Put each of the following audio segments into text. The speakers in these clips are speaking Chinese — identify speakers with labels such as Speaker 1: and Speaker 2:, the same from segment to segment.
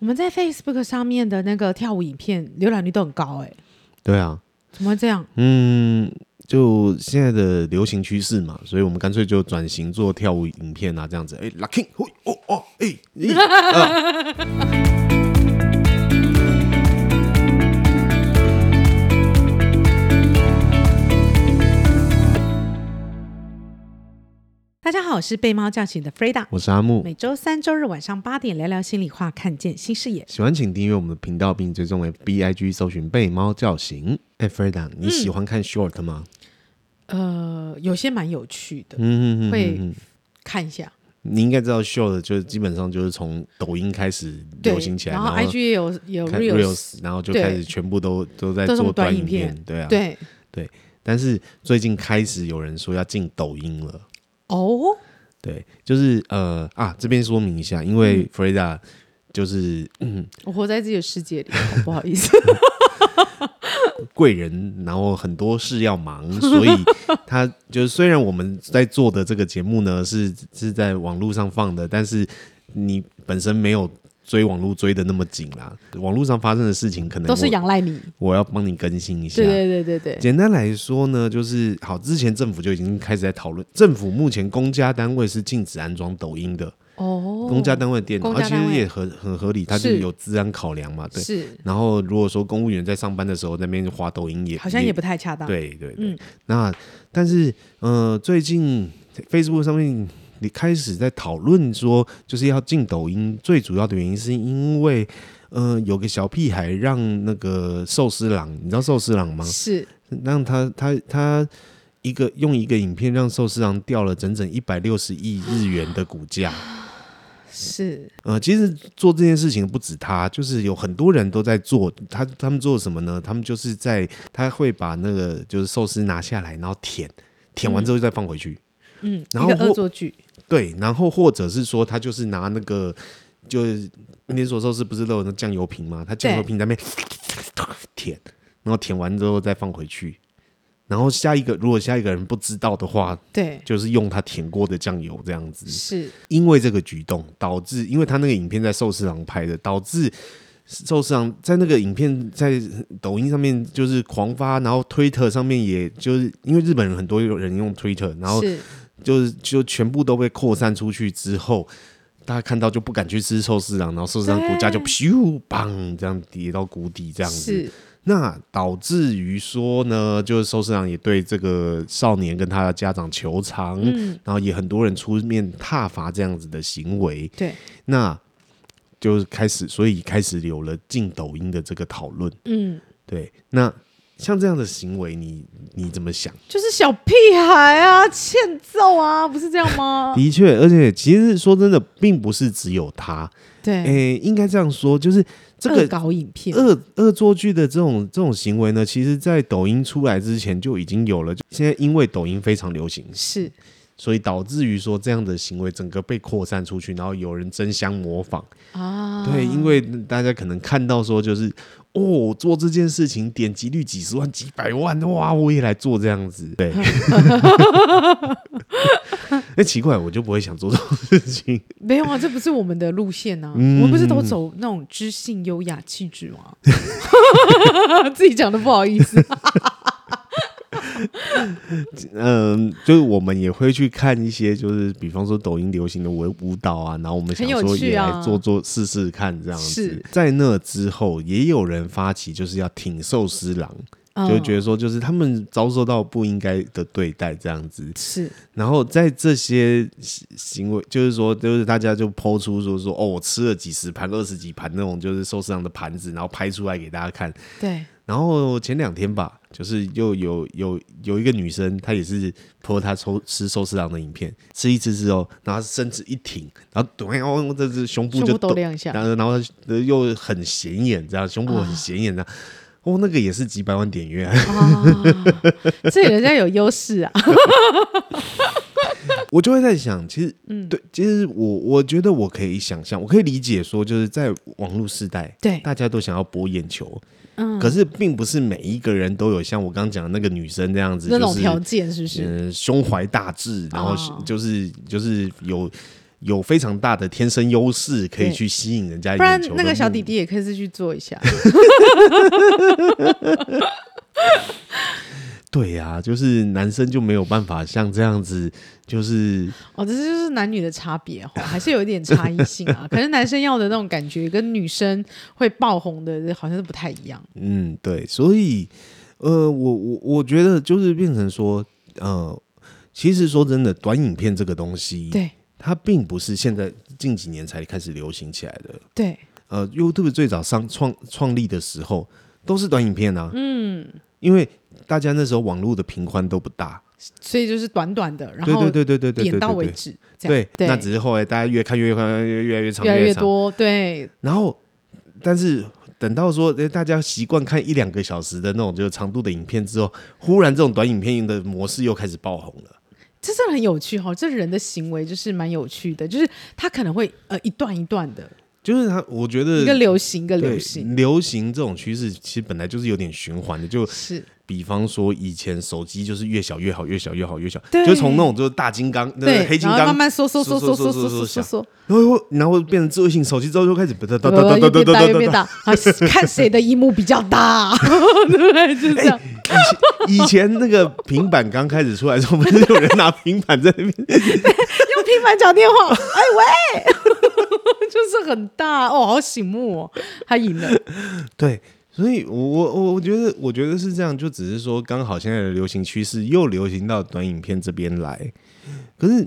Speaker 1: 我们在 Facebook 上面的那个跳舞影片浏览率都很高哎、
Speaker 2: 对啊，
Speaker 1: 怎么会这样？
Speaker 2: 嗯，就现在的流行趋势嘛，所以我们干脆就转型做跳舞影片啊，这样子。哎、l u c k y 嘿，哦哦，哎、咦
Speaker 1: 大家好，我是被猫叫醒的 Freda，
Speaker 2: 我是阿木，
Speaker 1: 每周三、周日晚上八点聊聊心里话，看见新视野。
Speaker 2: 喜欢请订阅我们的频道，并追踪为 B I G 搜寻“被猫叫醒”。哎、f r e
Speaker 1: 嗯
Speaker 2: d a 你喜欢看 short 吗？
Speaker 1: 呃，有些蛮有趣的，
Speaker 2: 嗯嗯嗯，
Speaker 1: 会
Speaker 2: 嗯嗯
Speaker 1: 看一下。
Speaker 2: 你应该知道 short 就是基本上就是从抖音开始
Speaker 1: 对
Speaker 2: 流行，起来，
Speaker 1: 然
Speaker 2: 然
Speaker 1: 后 IG 也有也有
Speaker 2: 看
Speaker 1: reels，
Speaker 2: reels，然后就
Speaker 1: 对
Speaker 2: 开始全部都都在
Speaker 1: 都是
Speaker 2: 做
Speaker 1: 短
Speaker 2: 短
Speaker 1: 影
Speaker 2: 影
Speaker 1: 片
Speaker 2: 片，对啊，。
Speaker 1: 对
Speaker 2: 但是最近开始有人说要进抖音了。
Speaker 1: 哦，
Speaker 2: 对，就是呃啊，这边说明一下，因为
Speaker 1: 嗯
Speaker 2: Freda 就是
Speaker 1: 我活在自己的世界里，好不好意 思。
Speaker 2: 贵人，然后很多事要忙，所以他就是虽然我们在做的这个节目呢是是在网络上放的，但是你本身没有追网络追的那么紧啦，网络上发生的事情可能
Speaker 1: 都是
Speaker 2: 我
Speaker 1: 仰赖你。
Speaker 2: 我要帮你更新一下。
Speaker 1: 对对对对对，
Speaker 2: 简单来说呢，就是好，之前政府就已经开始在讨论，政府目前公家单位是禁止安装抖音的，
Speaker 1: 哦，
Speaker 2: 公家单位的电脑，
Speaker 1: 公
Speaker 2: 它
Speaker 1: 家
Speaker 2: 其
Speaker 1: 单
Speaker 2: 实
Speaker 1: 位
Speaker 2: 也很很合理，它就是有治安考量嘛，对。
Speaker 1: 是
Speaker 2: 然后如果说公务员在上班的时候那边滑抖音也
Speaker 1: 好像也不太恰当。
Speaker 2: 对对对。
Speaker 1: 嗯
Speaker 2: 那但是呃，最近 Facebook 上面你开始在讨论说，就是要进抖音，最主要的原因是因为。呃，有个小屁孩让那个寿司郎，你知道寿司郎吗？
Speaker 1: 是
Speaker 2: 让他他他一个用一个影片让寿司郎掉了整整一百六十亿日元的股价。
Speaker 1: 是，
Speaker 2: 呃，其实做这件事情不止他，就是有很多人都在做。他他们做什么呢？他们就是在他会把那个就是寿司拿下来，然后舔，舔完之后再放回去。
Speaker 1: 嗯，
Speaker 2: 然后
Speaker 1: 一个
Speaker 2: 我
Speaker 1: 恶作剧，
Speaker 2: 对，然后或者是说他就是拿那个就是连锁寿司不是都有那酱油瓶吗？他酱油瓶在那边舔，然后舔完之后再放回去。然后下一个，如果下一个人不知道的话，
Speaker 1: 对，
Speaker 2: 就是用他舔过的酱油这样子。
Speaker 1: 是
Speaker 2: 因为这个举动导致，因为他那个影片在寿司郎拍的，导致寿司郎在那个影片在抖音上面就是狂发，然后推特上面也就是因为日本人很多人用推特，然后
Speaker 1: 是
Speaker 2: 就是就全部都被扩散出去之后。大家看到就不敢去吃寿司郎，然后寿司郎股价就
Speaker 1: 对
Speaker 2: 咻砰这样跌到谷底，这样子。
Speaker 1: 是
Speaker 2: 那导致于说呢，就是寿司郎也对这个少年跟他的家长求偿，
Speaker 1: 嗯，
Speaker 2: 然后也很多人出面挞伐这样子的行为，
Speaker 1: 对，
Speaker 2: 那就是开始，所以开始有了进抖音的这个讨论。
Speaker 1: 嗯，
Speaker 2: 对，那像这样的行为，你你怎么想？
Speaker 1: 就是小屁孩啊，欠揍啊，不是这样 吗？
Speaker 2: 的确，而且其实说真的，并不是只有他，
Speaker 1: 对，
Speaker 2: 诶、应该这样说，就是这
Speaker 1: 恶
Speaker 2: 个。
Speaker 1: 搞影片，
Speaker 2: 恶恶作剧的这种这种行为呢，其实，在抖音出来之前就已经有了。就现在因为抖音非常流行，
Speaker 1: 是
Speaker 2: 所以导致于说这样的行为整个被扩散出去，然后有人争相模仿。
Speaker 1: 啊，
Speaker 2: 对，因为大家可能看到说，就是哦，做这件事情点击率几十万、几百万，哇，我也来做这样子。 对， 那奇怪，我就不会想做这种事情。
Speaker 1: 没有啊，这不是我们的路线啊，
Speaker 2: 嗯
Speaker 1: 我们不是都走那种知性优雅气质吗？ 自己讲的不好意思，
Speaker 2: 嗯，就是我们也会去看一些，就是比方说抖音流行的舞舞蹈啊，然后我们想
Speaker 1: 很有
Speaker 2: 说
Speaker 1: 趣
Speaker 2: 也
Speaker 1: 啊
Speaker 2: 来做做试试看这样子
Speaker 1: 是。
Speaker 2: 在那之后，也有人发起就是要挺寿司郎，就觉
Speaker 1: 得
Speaker 2: 得说就是他们遭受到不应该的对待这样子。
Speaker 1: 是
Speaker 2: 然后在这些行行为，就是说，就是大家就抛出说说哦，我吃了几十盘、二十几盘那种就是寿司郎的盘子，然后拍出来给大家看。
Speaker 1: 对，
Speaker 2: 然后前两天吧，就是又有有有一个女生，她也是 po 她抽吃寿司郎的影片，吃一吃之后，然后她身子一挺，然后 咚，哦，这只胸部
Speaker 1: 胸
Speaker 2: 就
Speaker 1: 部
Speaker 2: 抖
Speaker 1: 都亮一下，
Speaker 2: 然后然后她又很显眼，这样胸部很显眼这样。哦，那个也是几百万点 阅啊，
Speaker 1: 啊，这人家有优势 啊，
Speaker 2: 我就会在想，其实，
Speaker 1: 嗯
Speaker 2: 对，其实我我觉得我可以想象，我可以理解说，就是在网络时代，
Speaker 1: 对，
Speaker 2: 大家都想要博眼球，
Speaker 1: 嗯，
Speaker 2: 可是并不是每一个人都有像我刚刚讲的那个女生这样子，
Speaker 1: 那种
Speaker 2: 就是
Speaker 1: 条件是不是？
Speaker 2: 嗯、胸怀大志，然后
Speaker 1: 哦
Speaker 2: 就是、就是有有非常大的天生优势，可以去吸引人家
Speaker 1: 不然
Speaker 2: 眼球的目。
Speaker 1: 那个小弟弟也可以是去做一 下。
Speaker 2: 对呀、就是男生就没有办法像这样子，就是
Speaker 1: 哦，这就是男女的差别哦，还是有一点差异性 啊。可能男生要的那种感觉，跟女生会爆红的，好像是不太一样。
Speaker 2: 嗯，对，所以呃，我我我觉得就是变成说，呃，其实说真的，短影片这个东西，
Speaker 1: 对
Speaker 2: 它并不是现在近几年才开始流行起来的。
Speaker 1: 对，
Speaker 2: 呃，YouTube 最早上创创立的时候都是短影片啊，嗯，因为大家那时候网络的频宽都不大，
Speaker 1: 所以就是短短的，然
Speaker 2: 对
Speaker 1: 后
Speaker 2: 对对对对对
Speaker 1: 点
Speaker 2: 对
Speaker 1: 到
Speaker 2: 对
Speaker 1: 为
Speaker 2: 对。
Speaker 1: 止，这样
Speaker 2: 对，
Speaker 1: 对，
Speaker 2: 那只是后来大家越看越宽，越越来越长，
Speaker 1: 越来
Speaker 2: 越
Speaker 1: 越
Speaker 2: 长。
Speaker 1: 多，对
Speaker 2: 然后，但是等到说诶大家习惯看一两个小时的那种就是长度的影片之后，忽然这种短影片的模式又开始爆红了。
Speaker 1: 这真的很有趣哈、哦，这人的行为就是蛮有趣的，就是他可能会呃一段一段的，
Speaker 2: 就是它，我觉得
Speaker 1: 一个流行一个
Speaker 2: 对
Speaker 1: 流行，
Speaker 2: 流行这种趋势，其实本来就是有点循环的。就是比方说，以前手机就是越小越好，越小越好，越小，
Speaker 1: 对
Speaker 2: 就从那种就是大金刚、那
Speaker 1: 对
Speaker 2: 个，黑金
Speaker 1: 然后慢
Speaker 2: 刚，
Speaker 1: 慢缩缩缩
Speaker 2: 缩
Speaker 1: 缩缩
Speaker 2: 缩缩
Speaker 1: 缩缩
Speaker 2: 缩
Speaker 1: 缩
Speaker 2: 缩
Speaker 1: 缩，
Speaker 2: 然后然后变成智慧型手机之后，就开始哒哒哒哒
Speaker 1: 越
Speaker 2: 哒哒
Speaker 1: 变
Speaker 2: 哒
Speaker 1: 大越
Speaker 2: 哒
Speaker 1: 变
Speaker 2: 哒。
Speaker 1: 大，好看谁的荧幕比较大，对不对？就是这样。
Speaker 2: 以前以前那个平板刚开始出来的时候，不是有人拿平板在那边
Speaker 1: 用平板讲电话，哎喂，就是很大哦，好醒目哦，他赢了，
Speaker 2: 对，所以我我我我觉得我觉得是这样，就只是说刚好现在的流行趋势又流行到短影片这边来。可是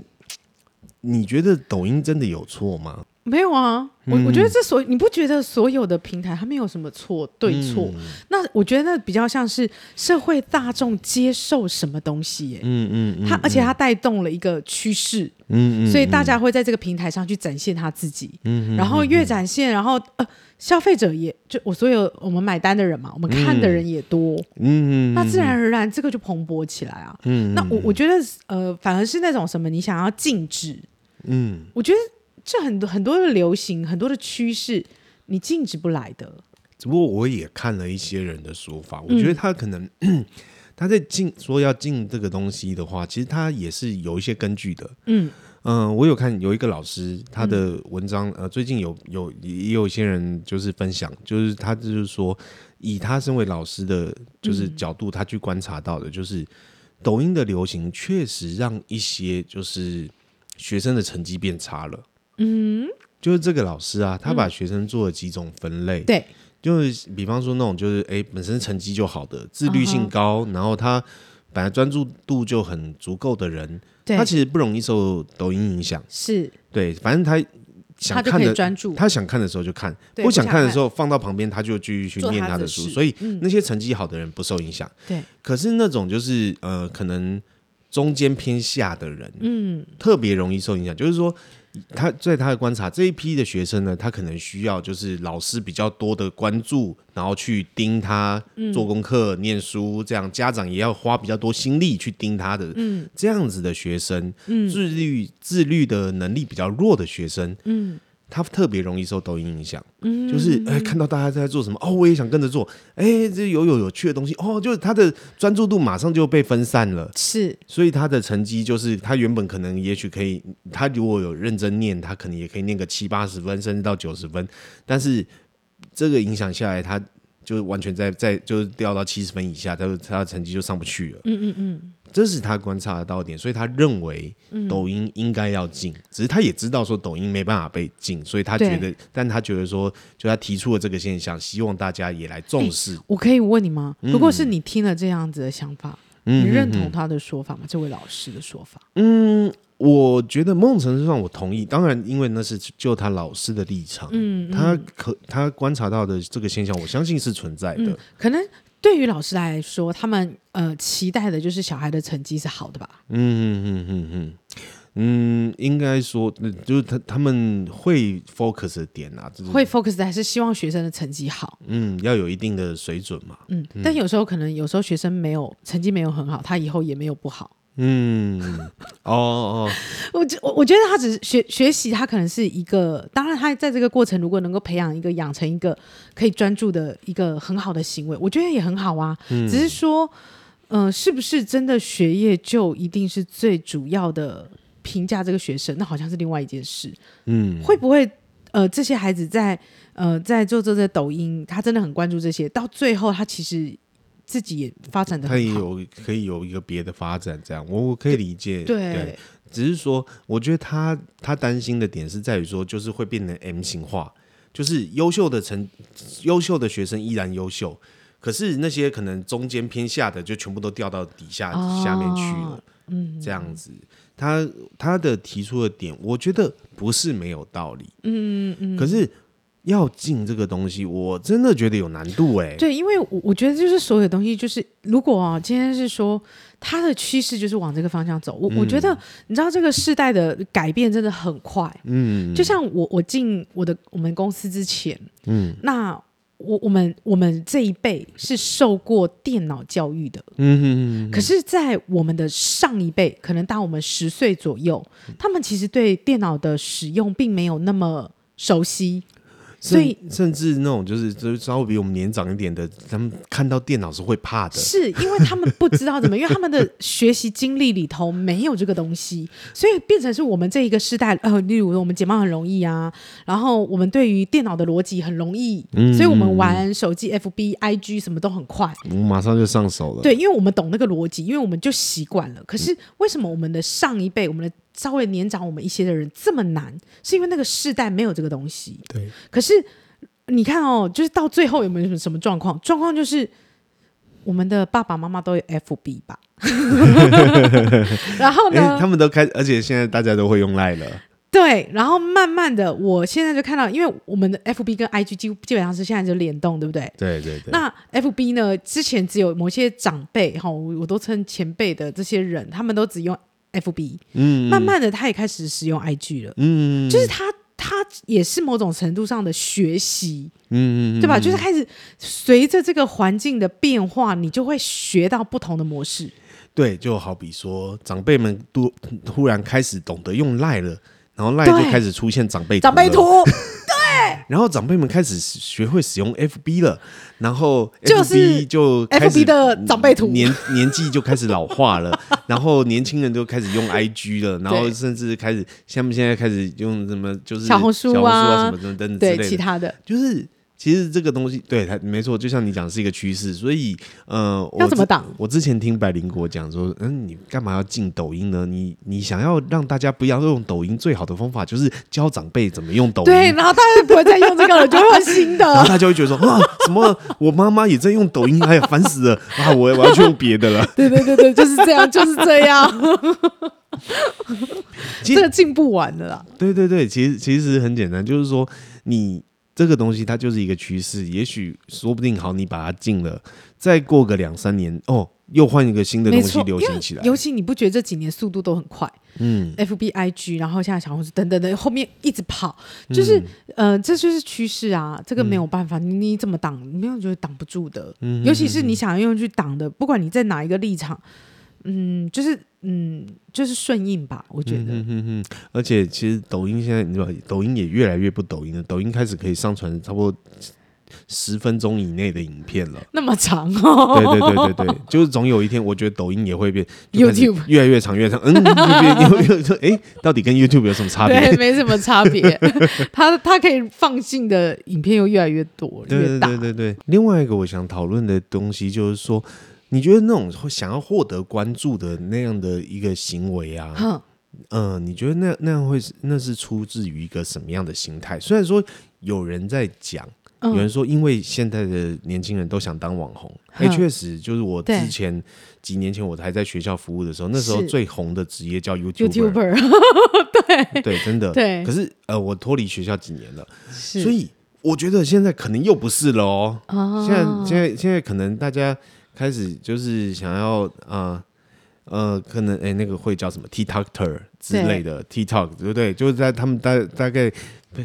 Speaker 2: 你觉得抖音真的有错吗？
Speaker 1: 没有啊，我、
Speaker 2: 嗯
Speaker 1: 我觉得这所你不觉得所有的平台它没有什么错对错，
Speaker 2: 嗯
Speaker 1: 那我觉得那比较像是社会大众接受什么东西耶、
Speaker 2: 嗯嗯嗯
Speaker 1: 它而且它带动了一个趋势，
Speaker 2: 嗯嗯，
Speaker 1: 所以大家会在这个平台上去展现他自己，然后越展现，然后呃，消费者也就我所有我们买单的人嘛，我们看的人也多，
Speaker 2: 嗯嗯
Speaker 1: 那自然而然这个就蓬勃起来啊。
Speaker 2: 嗯
Speaker 1: 那我我觉得呃，反而是那种什么你想要禁止，
Speaker 2: 嗯，
Speaker 1: 我觉得这很多很多的流行，很多的趋势，你禁止不来的。
Speaker 2: 只不过我也看了一些人的说法，我觉得他可能、 他在进说要进这个东西的话，其实他也是有一些根据的。
Speaker 1: 嗯
Speaker 2: 嗯，我有看有一个老师他的文章，呃，最近有有也有一些人就是分享，就是他就是说，以他身为老师的就是
Speaker 1: 嗯
Speaker 2: 角度，他去观察到的，就是抖音的流行确实让一些就是学生的成绩变差了。
Speaker 1: 嗯，
Speaker 2: 就是这个老师啊，他把学生做了几种分类，
Speaker 1: 对，
Speaker 2: 就是比方说那种就是诶本身成绩就好的，自律
Speaker 1: 嗯哼
Speaker 2: 性高，然后他本来专注度就很足够的人，
Speaker 1: 对
Speaker 2: 他，其实不容易受抖音影响。
Speaker 1: 是
Speaker 2: 对，反正他想
Speaker 1: 他就
Speaker 2: 看
Speaker 1: 可以
Speaker 2: 的，
Speaker 1: 专注，
Speaker 2: 他想看的时候就看，
Speaker 1: 对不
Speaker 2: 不想
Speaker 1: 想
Speaker 2: 看的
Speaker 1: 看
Speaker 2: 时候放到旁边，他就继续去
Speaker 1: 做
Speaker 2: 念
Speaker 1: 他
Speaker 2: 他
Speaker 1: 的
Speaker 2: 的
Speaker 1: 事
Speaker 2: 书，所以
Speaker 1: 嗯
Speaker 2: 那些成绩好的人不受影响。
Speaker 1: 对，
Speaker 2: 可是那种就是呃，可能中间偏下的人，
Speaker 1: 嗯，
Speaker 2: 特别容易受影响。就是说，他在他的观察，这一批的学生呢，他可能需要就是老师比较多的关注，然后去盯他做功课、念书，这样家长也要花比较多心力去盯他的。嗯，这样子的学生，嗯，自律自律的能力比较弱的学生，嗯。他特别容易受抖音影响，嗯，就是哎、看到大家在做什么，哦，我也想跟着做，哎、这有有有趣的东西，哦，就是他的专注度马上就被分散了，
Speaker 1: 是
Speaker 2: 所以他的成绩就是他原本可能也许可以，他如果有认真念，他可能也可以念个七八十分，甚至到九十分。但是这个影响下来，他就完全在在就是掉到七十分以下，他就他的成绩就上不去了。嗯嗯嗯，这是他观察得到的点，所以他认为抖音应该要禁，只是他也知道说抖音没办法被禁，所以他觉得，但他觉得说，就他提出了这个现象，希望大家也来重视。
Speaker 1: 我可以问你吗？如果是你听了这样子的想法，
Speaker 2: 嗯
Speaker 1: 你认
Speaker 2: 嗯嗯
Speaker 1: 同他的说法吗？这位老师的说法，
Speaker 2: 嗯，我觉得某种程度上我同意，当然，因为那是就他老师的立场，
Speaker 1: 嗯
Speaker 2: 他可他观察到的这个现象，我相信是存在的。
Speaker 1: 可能对于老师来说，他们呃期待的就是小孩的成绩是好的吧？
Speaker 2: 嗯嗯嗯嗯嗯嗯，应该说，嗯就是他他们会 focus 的点啊，就是
Speaker 1: 会 focus 在还是希望学生的成绩好，
Speaker 2: 嗯要有一定的水准嘛。
Speaker 1: 嗯，但有时候可能有时候学生没有成绩没有很好，他以后也没有不好。
Speaker 2: 嗯，哦哦，
Speaker 1: 我觉我我觉得他只是学学习，他可能是一个，当然他在这个过程如果能够培养一个养成一个可以专注的一个很好的行为，我觉得也很好啊。
Speaker 2: 嗯
Speaker 1: 只是说，呃，是不是真的学业就一定是最主要的评价这个学生，那好像是另外一件事。
Speaker 2: 嗯，
Speaker 1: 会不会呃，这些孩子在呃在做这些抖音，他真的很关注这些，到最后他其实自己也发展的
Speaker 2: 他也
Speaker 1: 很好。
Speaker 2: 有可以有一个别的发展，这样我我可以理解。
Speaker 1: 对，
Speaker 2: 只是说，我觉得他他担心的点是在于说，就是会变成 M 型化，就是优秀的成优秀的学生依然优秀，可是那些可能中间偏下的就全部都掉到底下、
Speaker 1: 哦
Speaker 2: 下面去了，
Speaker 1: 嗯，
Speaker 2: 这样子。他他的提出的点，我觉得不是没有道理，
Speaker 1: 嗯嗯嗯。
Speaker 2: 可是要进这个东西，我真的觉得有难度哎、
Speaker 1: 对，因为我我觉得就是所有东西，就是如果啊，今天是说它的趋势就是往这个方向走，我、我觉得你知道这个世代的改变真的很快，
Speaker 2: 嗯，
Speaker 1: 就像我我进我的我们公司之前，
Speaker 2: 嗯
Speaker 1: 那我我们我们这一辈是受过电脑教育的，
Speaker 2: 嗯
Speaker 1: 可是，在我们的上一辈，可能大我们十岁左右，他们其实对电脑的使用并没有那么熟悉，所以
Speaker 2: 甚甚至那种就是就是稍微比我们年长一点的，他们看到电脑是会怕 的。
Speaker 1: 是因为他们不知道怎么，因为他们的学习经历里头没有这个东西， 所以变成是我们这一个时代，呃，例如我们解放很容易啊，然后我们对于电脑的逻辑很容易，所以我们玩手机、FB、IG 什么都很快。
Speaker 2: 我马上就上手了。
Speaker 1: 对，因为我们懂那个逻辑，因为我们就习惯了。可是为什么我们的上一辈，我们的稍微年长我们一些的人这么难？是因为那个世代没有这个东西。
Speaker 2: 对，
Speaker 1: 可是你看哦，就是到最后有没有什么什么状况？状况就是我们的爸爸妈妈都有 FB 吧，然后
Speaker 2: 哎、
Speaker 1: 呢，
Speaker 2: 他们都开，而且现在大家都会用赖了。
Speaker 1: 对，然后慢慢的，我现在就看到，因为我们的 FB 跟 IG 基基本上是现在就联动，对不对？
Speaker 2: 对对对，
Speaker 1: 那 FB 呢？之前只有某些长辈哈，我我都称前辈的这些人，他们都只用 FB，、
Speaker 2: 嗯
Speaker 1: 慢慢的他也开始使用 IG 了，
Speaker 2: 嗯
Speaker 1: 就是他他也是某种程度上的学习，
Speaker 2: 嗯嗯，
Speaker 1: 对吧？就是开始随着这个环境的变化，你就会学到不同的模式。
Speaker 2: 对，就好比说长辈们都突然开始懂得用赖了，然后赖就
Speaker 1: 对
Speaker 2: 开始出现长辈
Speaker 1: 长辈
Speaker 2: 了
Speaker 1: 图，
Speaker 2: 然后长辈们开始学会使用 FB 了，然后 FB
Speaker 1: 就是 FB 的长辈图
Speaker 2: 嗯年年纪就开始老化 了，然后年轻人就开始用 IG 了，然后甚至开始像现在开始用什么就是
Speaker 1: 小红书啊
Speaker 2: 小啊什么等等之
Speaker 1: 对
Speaker 2: 类的，
Speaker 1: 其他的
Speaker 2: 就是其实这个东西，对它没错，就像你讲是一个趋势，所以呃，我
Speaker 1: 要怎么
Speaker 2: 之
Speaker 1: 挡？
Speaker 2: 我之前听百灵果讲说，嗯，你干嘛要进抖音呢？你你想要让大家不要用抖音，最好的方法就是教长辈怎么用抖音。
Speaker 1: 对，然后他就不会再用这个了，就会换新
Speaker 2: 然后
Speaker 1: 的。
Speaker 2: 他就会觉得
Speaker 1: 呃
Speaker 2: 说啊，什么我妈妈也在用抖音，哎呀，烦死了啊！我我要去用别的了。
Speaker 1: 对对对对，就是这样，就是这样，
Speaker 2: 其
Speaker 1: 这
Speaker 2: 实
Speaker 1: 个进不完的啦。
Speaker 2: 对对对，其实其实很简单，就是说你这个东西它就是一个趋势，也许说不定好，你把它禁了，再过个两三年，哦，又换一个新的
Speaker 1: 没
Speaker 2: 东西
Speaker 1: 错，
Speaker 2: 流
Speaker 1: 因
Speaker 2: 行
Speaker 1: 为
Speaker 2: 起来。
Speaker 1: 尤其你不觉得这几年速度都很快
Speaker 2: 嗯，
Speaker 1: ，FB、IG，然后现在小红书等等的，后面一直跑，就是、
Speaker 2: 嗯
Speaker 1: 呃，这就是趋势啊，这个没有办法，你你怎么挡？没有觉得挡不住的，
Speaker 2: 嗯
Speaker 1: 尤其是你想要用去挡的，不管你在哪一个立场，嗯，就是嗯，就是顺应吧，我觉得。
Speaker 2: 嗯哼，而且其实抖音现在你知道，抖音也越来越不抖音了，抖音开始可以上传差不多十分钟以内的影片了。
Speaker 1: 那么长哦，
Speaker 2: 对对对 对对，就是总有一天，我觉得抖音也会变就开始
Speaker 1: YouTube
Speaker 2: 越来越长越长，嗯，就变又又哎，到底跟 YouTube 有什么差别？
Speaker 1: 对，没什么差 别。他他可以放进的影片又越来越多，
Speaker 2: 对对
Speaker 1: 越大
Speaker 2: 对。对对。另外一个我想讨论的东西就是说，你觉得那种会想要获得关注的那样的一个行为啊，
Speaker 1: 哼，
Speaker 2: 嗯、你觉得那那样会是那是出自于一个什么样的心态？虽然说有人在讲。有人
Speaker 1: 嗯，
Speaker 2: 说，因为现在的年轻人都想当网红，哎、
Speaker 1: 嗯
Speaker 2: 确实，就是我
Speaker 1: 对
Speaker 2: 之前几年前我还在学校服务的时候，那时候
Speaker 1: 是
Speaker 2: 最红的职业叫 YouTuber，
Speaker 1: YouTuber
Speaker 2: 对，真 的。
Speaker 1: 对
Speaker 2: 可是呃，我脱离学校几年了，
Speaker 1: 是，
Speaker 2: 所以我觉得现在可能又不是了哦。
Speaker 1: 哦
Speaker 2: 现在现在现在可能大家开始就是想要啊呃可能哎、那个会叫什么 TikToker 之类的 TikTok 对不对？就是在他们大大概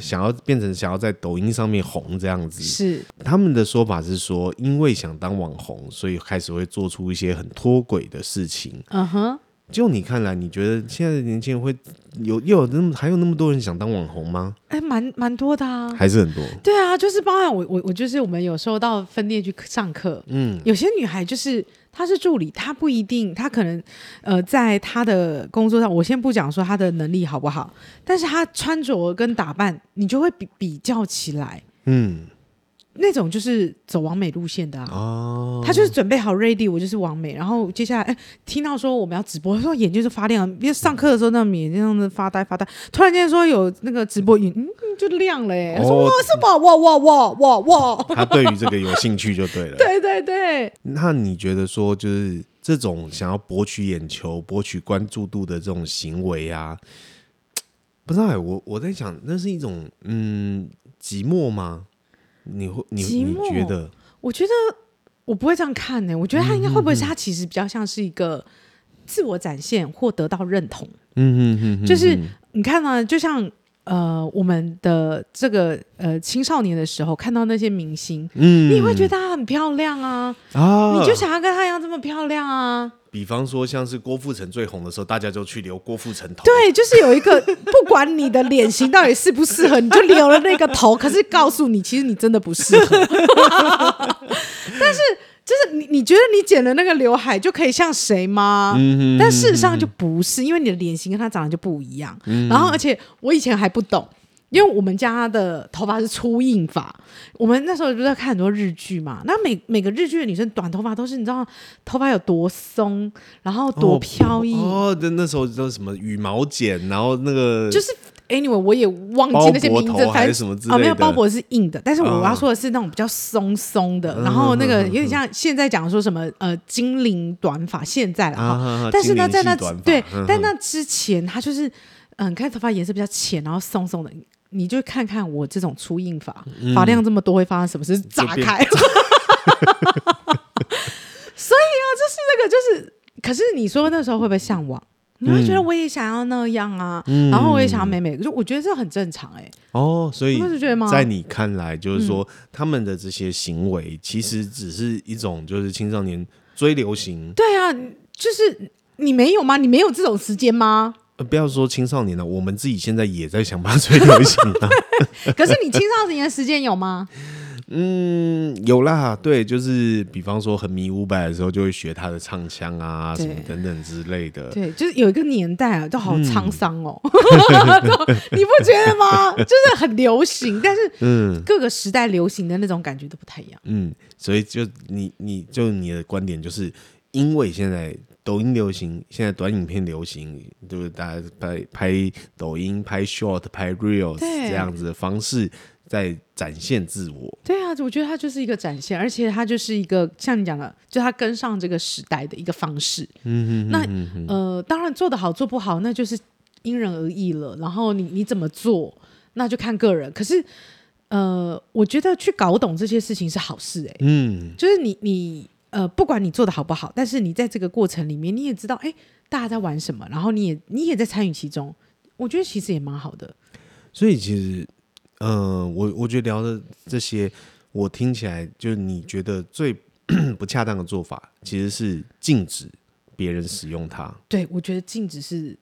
Speaker 2: 想要变成想要在抖音上面红这样子。
Speaker 1: 是
Speaker 2: 他们的说法是说，因为想当网红，所以开始会做出一些很脱轨的事情。
Speaker 1: 嗯哼，
Speaker 2: 就你看来，你觉得现在的年轻人会有又有那么还有那么多人想当网红吗？
Speaker 1: 哎，蛮蛮多的啊。
Speaker 2: 还是很多？
Speaker 1: 对啊，就是包含我我我就是我们有时候到分店去上课，
Speaker 2: 嗯
Speaker 1: 有些女孩就是他是助理，他不一定，他可能呃，在他的工作上，我先不讲说他的能力好不好，但是他穿着跟打扮，你就会比比较起来，
Speaker 2: 嗯，
Speaker 1: 那种就是走完美路线的啊。
Speaker 2: 哦，
Speaker 1: 他就是准备好 ready，我就是完美。然后接下来，哎、听到说我们要直播，说眼睛就发亮，因为上课的时候那眼睛这样子发呆发呆，突然间说有那个直播，眼嗯就亮了、欸，哎、说
Speaker 2: 哦
Speaker 1: 哇是我我我我我我，
Speaker 2: 他对于这个有兴趣就对 了。
Speaker 1: 对对对，
Speaker 2: 那你觉得说，就是这种想要博取眼球、博取关注度的这种行为啊，不知道、欸、我我在想，那是一种嗯寂寞吗？你会你
Speaker 1: 寂
Speaker 2: 你
Speaker 1: 寞
Speaker 2: 觉得
Speaker 1: 我觉得我不会这样看欸呢、我觉得他应该会不会是他其实比较像是一个自我展现或得到认同，
Speaker 2: 嗯嗯嗯，
Speaker 1: 就是你看呢、就像。呃，我们的这个呃青少年的时候，看到那些明星，
Speaker 2: 嗯
Speaker 1: 你也会觉得她很漂亮啊，
Speaker 2: 啊，
Speaker 1: 你就想要跟她一样这么漂亮啊？
Speaker 2: 比方说像是郭富城最红的时候，大家就去留郭富城头，
Speaker 1: 对，就是有一个不管你的脸型到底适不适合，你就留了那个头，可是告诉你，其实你真的不适合。 但是就是你你觉得你剪了那个刘海就可以像谁吗？
Speaker 2: 嗯哼，
Speaker 1: 但事实上就不是，因为你的脸型跟他长得就不一样。
Speaker 2: 嗯
Speaker 1: 然后，而且我以前还不懂，因为我们家的头发是粗硬发，我们那时候就在看很多日剧嘛。那每每个日剧的女生短头发都是你知道头发有多松，然后多飘逸，
Speaker 2: 哦，对，那时候叫什么羽毛剪，然后那个
Speaker 1: 就是 anyway 我也忘记那些名
Speaker 2: 包
Speaker 1: 字
Speaker 2: 脖，头
Speaker 1: 反
Speaker 2: 还
Speaker 1: 正
Speaker 2: 是什么之类的
Speaker 1: 哦，没有包脖是硬的，但是我
Speaker 2: 啊
Speaker 1: 要说的是那种比较松松
Speaker 2: 嗯
Speaker 1: 的，然后那个有点像现在讲说什么呃精灵短发，现在了哈。
Speaker 2: 啊，
Speaker 1: 但是呢，
Speaker 2: 精
Speaker 1: 在
Speaker 2: 灵
Speaker 1: 那
Speaker 2: 系
Speaker 1: 之
Speaker 2: 短发
Speaker 1: 对，
Speaker 2: 嗯
Speaker 1: 但那之前他就是，嗯，看头发颜色比较浅，然后松松的，你就看看我这种粗硬发，发量这么多会发生什么事？炸
Speaker 2: 变
Speaker 1: 开。所以啊，就是那个，就是，可是你说那时候会不会向往？你会觉得我也想要那样啊，然后我也想要美美，就我觉得这很正常哎、
Speaker 2: 哦，所以
Speaker 1: 你不是觉得吗嗯
Speaker 2: 在你看来，就是说、他们的这些行为，其实只是一种就是青少年追流行，
Speaker 1: 对啊，就是你没有吗？你没有这种时间吗？
Speaker 2: 呃不要说青少年了，我们自己现在也在想办法追流行啊。
Speaker 1: 可是你青少年的时间有吗？
Speaker 2: 嗯，有啦，对，就是比方说很迷伍佰的时候，就会学他的唱腔啊，
Speaker 1: 对
Speaker 2: 什么等等之类的。嗯
Speaker 1: 对，就是有一个年代啊，都好沧桑哦， 你不觉得吗？就是很流行，但是
Speaker 2: 嗯
Speaker 1: 各个时代流行的那种感觉都不太一样。
Speaker 2: 嗯，所以就你你就你的观点就是，因为现在。抖音流行，现在短影片流行，就是大家拍拍抖音、拍 short、拍 reels
Speaker 1: 对
Speaker 2: 这样子的方式在展现自我。
Speaker 1: 对啊，我觉得它就是一个展现，而且它就是一个像你讲的，就它跟上这个时代的一个方式。
Speaker 2: 嗯
Speaker 1: 那呃，当然做得好做不好，那就是因人而异了。然后你你怎么做，那就看个人。可是呃，我觉得去搞懂这些事情是好事哎、
Speaker 2: 嗯
Speaker 1: 就是你你呃，不管你做的好不好，但是你在这个过程里面，你也知道，哎，大家在玩什么，然后你也你也在参与其中，我觉得其实也蛮好的。
Speaker 2: 所以其实，嗯、我我觉得聊的这些，我听起来就是你觉得最 不恰当的做法，其实是禁止别人使用它。
Speaker 1: 对，我觉得禁止是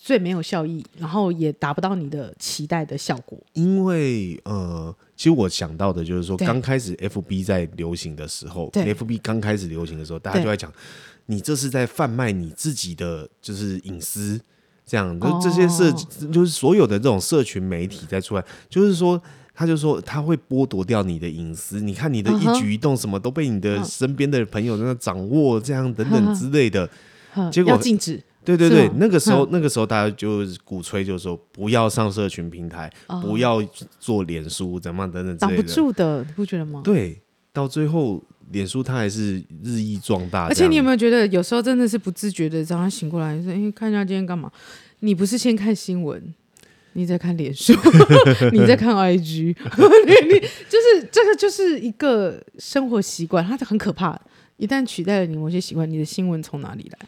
Speaker 1: 最没有效益，然后也达不到你的期待的效果。
Speaker 2: 因为呃，其实我想到的就是说，
Speaker 1: 对
Speaker 2: 刚开始 FB 在流行的时候
Speaker 1: 对
Speaker 2: ，FB 刚开始流行的时候，大家
Speaker 1: 对
Speaker 2: 就在讲，你这是在贩卖你自己的就是隐私，这样，就
Speaker 1: 哦
Speaker 2: 这些社、就是所有的这种社群媒体在出来，就是说。他就说他会剥夺掉你的隐私，你看你的
Speaker 1: 嗯
Speaker 2: 一
Speaker 1: 哼
Speaker 2: 举一动什么都被你的
Speaker 1: 嗯
Speaker 2: 身边的朋友那掌握，这样等
Speaker 1: 嗯
Speaker 2: 等
Speaker 1: 哼
Speaker 2: 之类的。
Speaker 1: 哼
Speaker 2: 结果
Speaker 1: 要禁止，
Speaker 2: 对对
Speaker 1: 是
Speaker 2: 对
Speaker 1: 吗，嗯
Speaker 2: 那个时候那个时候大家就是鼓吹，就是说不要上社群平台，不要做脸书，怎么样等等之
Speaker 1: 哦挡
Speaker 2: 类
Speaker 1: 不
Speaker 2: 的。
Speaker 1: 住的，你不觉得吗？
Speaker 2: 对，到最后脸书它还是日益壮大。
Speaker 1: 而且你有
Speaker 2: 们
Speaker 1: 没有觉得，有时候真的是不自觉的，早上醒过来说：“哎，看一下今天干嘛？”你不是先看新闻，你在看脸书， 你在看 IG，你 你就是这个就是一个生活习惯，它很可怕。一旦取代了你某些习惯，你的新闻从哪里来？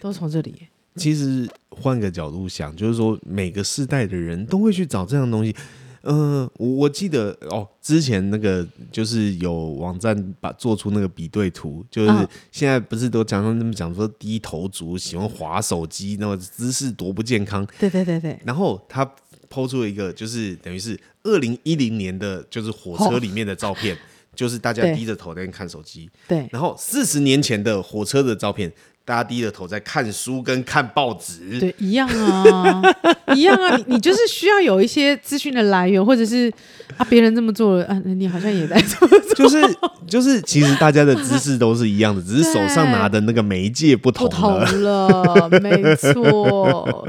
Speaker 1: 都从这里。
Speaker 2: 其实换个角度想，就是说每个世代的人都会去找这样的东西。嗯、我我记得哦，之前那个就是有网站把做出那个比对图，就是
Speaker 1: 嗯
Speaker 2: 现在不是都讲他们讲说低头族喜欢滑手机，那么姿势多不健康。
Speaker 1: 对对对对，
Speaker 2: 然后他 抛出了一个，就是等于是二零一零年的，就是火车里面的照片，就是大家
Speaker 1: 对
Speaker 2: 低着头在看手机，
Speaker 1: 对，
Speaker 2: 然后四十年前的火车的照片，大家低着头在看书跟看报纸。
Speaker 1: 对，一样啊， 一样啊，你你就是需要有一些资讯的来源，或者是啊，别人这么做了，啊，你好像也在做，
Speaker 2: 就是就是，其实大家的姿势都是一样的，只是手上拿的那个媒介不同
Speaker 1: 不同
Speaker 2: 了。
Speaker 1: 了，没错。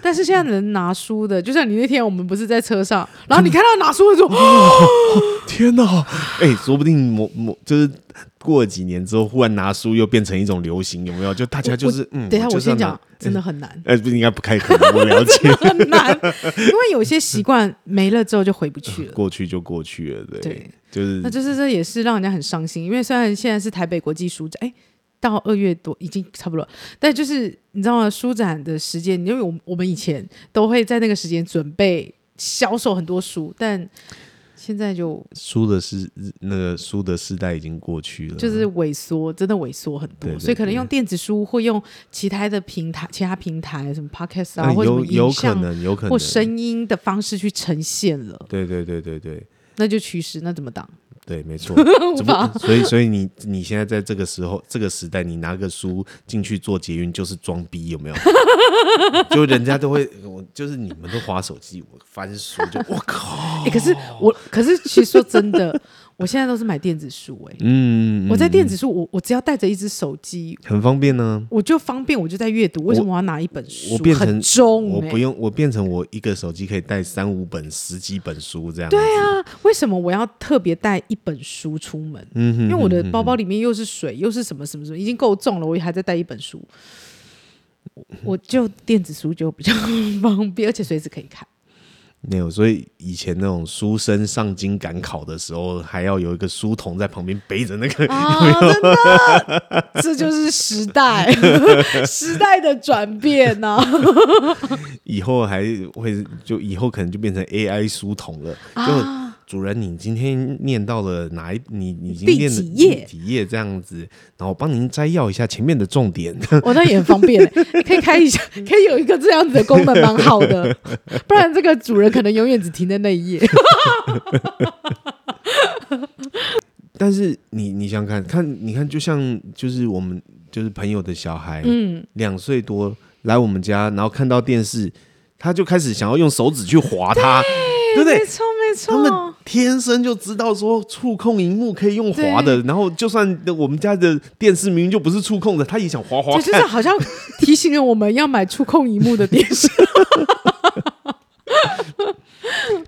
Speaker 1: 但是现在能拿书的，就像你那天我们不是在车上，然后你看到拿书的时候，
Speaker 2: 天哪！哎、说不定某某就是过了几年之后，忽然拿书又变成一种流行，有没有？就大家 就是嗯，
Speaker 1: 等一下我
Speaker 2: 就是要
Speaker 1: 先
Speaker 2: 拿
Speaker 1: 讲，，真的很难，
Speaker 2: 呃，不应该不开口，我了解，
Speaker 1: 很难，因为有些习惯没了之后就回不去了。
Speaker 2: 过去就过去了， 对，
Speaker 1: 对
Speaker 2: 就是
Speaker 1: 那就是这也是让人家很伤心，因为虽然现在是台北国际书展，哎、到二月多已经差不多了，但就是你知道吗？书展的时间，因为我们我们以前都会在那个时间准备销售很多书，但现在就
Speaker 2: 书的时那个书的时代已经过去了，
Speaker 1: 就是萎缩，真的萎缩很多，
Speaker 2: 对对
Speaker 1: 所以可能
Speaker 2: 对
Speaker 1: 用电子书或用其他的平台、其他平台什么 podcast 啊，
Speaker 2: 嗯
Speaker 1: 或者什
Speaker 2: 有
Speaker 1: 么
Speaker 2: 有
Speaker 1: 影
Speaker 2: 可
Speaker 1: 像
Speaker 2: 能有可能
Speaker 1: 或声音的方式去呈现了，
Speaker 2: 对对对对对
Speaker 1: 那就趋势，那怎么挡？
Speaker 2: 对，没 错。
Speaker 1: 无
Speaker 2: 只不
Speaker 1: 法
Speaker 2: 所以所以你你现在在这个时候这个时代，你拿个书进去做捷运就是装逼，有没有？ 就人家都会，我就是你们都划手机，我翻书就我靠，
Speaker 1: 欸可是我，可是其实说真的，我现在都是买电子书、欸，
Speaker 2: 嗯，
Speaker 1: 我在
Speaker 2: 嗯
Speaker 1: 电子书，我我只要带着一只手机，
Speaker 2: 很方便呢、
Speaker 1: 我就方便，我就在阅读。为什么我要拿一本书？
Speaker 2: 我变成
Speaker 1: 很重、欸，
Speaker 2: 我不用，我变成我一个手机可以带三五本、十几本书这样。对
Speaker 1: 对，啊，为什么我要特别带一本书出门？
Speaker 2: 嗯哼
Speaker 1: 因为我的包包里面又是水，又是什么什么什么，已经够重了，我还在带一本书。我就电子书就比较 方便，而且随时可以看。
Speaker 2: 没有，所以以前那种书生上京赶考的时候，还要有一个书童在旁边背着那 个。
Speaker 1: 啊，真的，这就是时代， 时代的转变啊呐、
Speaker 2: 以后还会就以后可能就变成 AI 书童了。
Speaker 1: 啊
Speaker 2: 就主人，你今天念到了哪一？你你已经
Speaker 1: 第
Speaker 2: 念了
Speaker 1: 几页
Speaker 2: 几页这样子，然后我帮您摘要一下前面的重点。
Speaker 1: 我、那也很方便、欸， 可以开一下，可以有一个这样子的功能，蛮好 的。不然这个主人可能永远只停在那一页。
Speaker 2: 但是你你想想看看，你看就像就是我们就是朋友的小孩，
Speaker 1: 嗯，
Speaker 2: 两岁多来我们家，然后看到电视，他就开始想要用手指去划它，对
Speaker 1: 没
Speaker 2: 不 对？
Speaker 1: 错没
Speaker 2: 他们
Speaker 1: 错，
Speaker 2: 天生就知道说触控荧幕可以用滑的，然后就算我们家的电视明明就不是触控的，他也想滑滑
Speaker 1: 对，就是
Speaker 2: 看。
Speaker 1: 好像提醒了我们要买触控荧幕的电 视。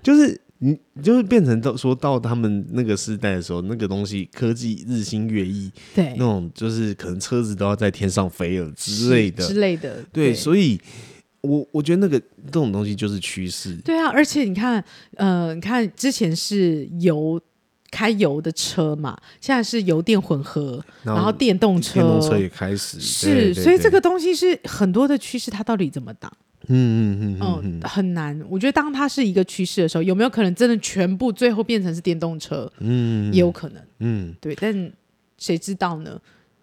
Speaker 2: 就是你就是变成到说到他们那个时代的时候，那个东西科技日新月异，
Speaker 1: 对
Speaker 2: 那，种就是可能车子都要在天上飞了之类的
Speaker 1: 之。类的，
Speaker 2: 对，所以我我觉得那个这种东西就是趋势。
Speaker 1: 对啊，而且你看，呃，你看之前是油。开油的车嘛，现在是油电混合，
Speaker 2: 然
Speaker 1: 然
Speaker 2: 后
Speaker 1: 后电动车，
Speaker 2: 电动车也开始对
Speaker 1: 是，
Speaker 2: 对
Speaker 1: 所以
Speaker 2: 对
Speaker 1: 这个东西是很多的趋势，它到底怎么挡？
Speaker 2: 嗯嗯嗯嗯
Speaker 1: 嗯，很难。我觉得当它是一个趋势的时候，有没有可能真的全部最后变成是电动车？
Speaker 2: 嗯
Speaker 1: 也有可能，
Speaker 2: 嗯，
Speaker 1: 对。但谁知道呢？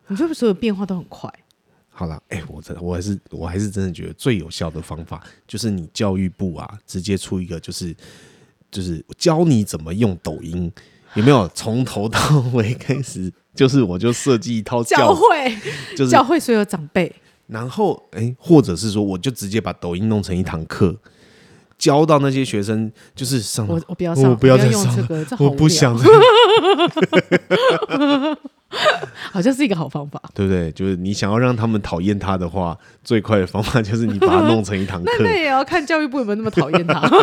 Speaker 1: 你说所有变化都很快，
Speaker 2: 好了，哎、我真的我还是我还是真的觉得最有效的方法就是你教育部啊，直接出一个就是就是教你怎么用抖音，有没有？从头到尾开始，就是我就设计一套
Speaker 1: 教
Speaker 2: 教，
Speaker 1: 会
Speaker 2: 就是
Speaker 1: 教会所有长辈，
Speaker 2: 然后哎、或者是说我就直接把抖音弄成一堂课。教到那些学生，就是上
Speaker 1: 我我不要
Speaker 2: 我
Speaker 1: 上，
Speaker 2: 不要
Speaker 1: 要
Speaker 2: 再
Speaker 1: 用
Speaker 2: 上
Speaker 1: 这
Speaker 2: 了
Speaker 1: 个，这好
Speaker 2: 我
Speaker 1: 无聊
Speaker 2: 不，想再
Speaker 1: 好像是一个好方法。
Speaker 2: 对不对？就是你想要让他们讨厌他的话，最快的方法就是你把它弄成一堂课
Speaker 1: 那。那也要看教育部有没有那么讨厌他。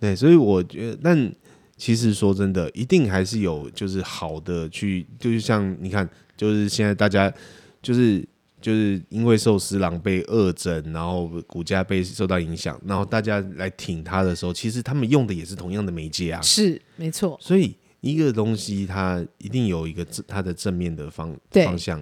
Speaker 2: 对，所以我觉得，但其实说真的，一定还是有就是好的去，就是像你看，就是现在大家就是就是因为寿司郎被恶整，然后股价被受到影响，然后大家来挺他的时候，其实他们用的也是同样的媒介啊。
Speaker 1: 是，没错，
Speaker 2: 所以一个东西它一定有一个正它的正面的方
Speaker 1: 对
Speaker 2: 方向，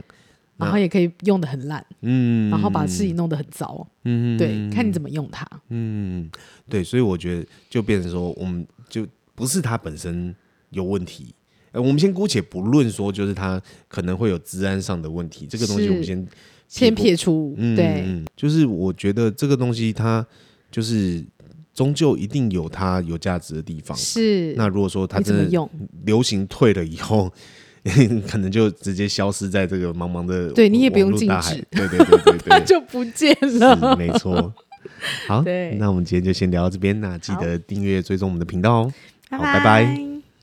Speaker 1: 然后也可以用的很烂，
Speaker 2: 嗯，
Speaker 1: 然后把自己弄得很糟。
Speaker 2: 嗯
Speaker 1: 对，看你怎么用它。
Speaker 2: 嗯，对，所以我觉得就变成说，我们就不是它本身有问题。呃，我们先姑且不论说，就是它可能会有治安上的问题，这个东西
Speaker 1: 是
Speaker 2: 我们先
Speaker 1: 先
Speaker 2: 不
Speaker 1: 撇除，
Speaker 2: 嗯，
Speaker 1: 对，
Speaker 2: 嗯就是我觉得这个东西它就是终究一定有它有价值的地方。
Speaker 1: 是，
Speaker 2: 那如果说它
Speaker 1: 你怎么
Speaker 2: 真的
Speaker 1: 用？
Speaker 2: 流行退了以后， 可能就直接消失在这个茫茫的
Speaker 1: 对你也不用
Speaker 2: 网络大海
Speaker 1: 禁止，
Speaker 2: 对对对对
Speaker 1: 它
Speaker 2: 对，
Speaker 1: 就不见
Speaker 2: 是
Speaker 1: 了。
Speaker 2: 没错。好
Speaker 1: 对，
Speaker 2: 那我们今天就先聊到这边，那记得订阅追踪我们的频道哦。好拜拜
Speaker 1: 拜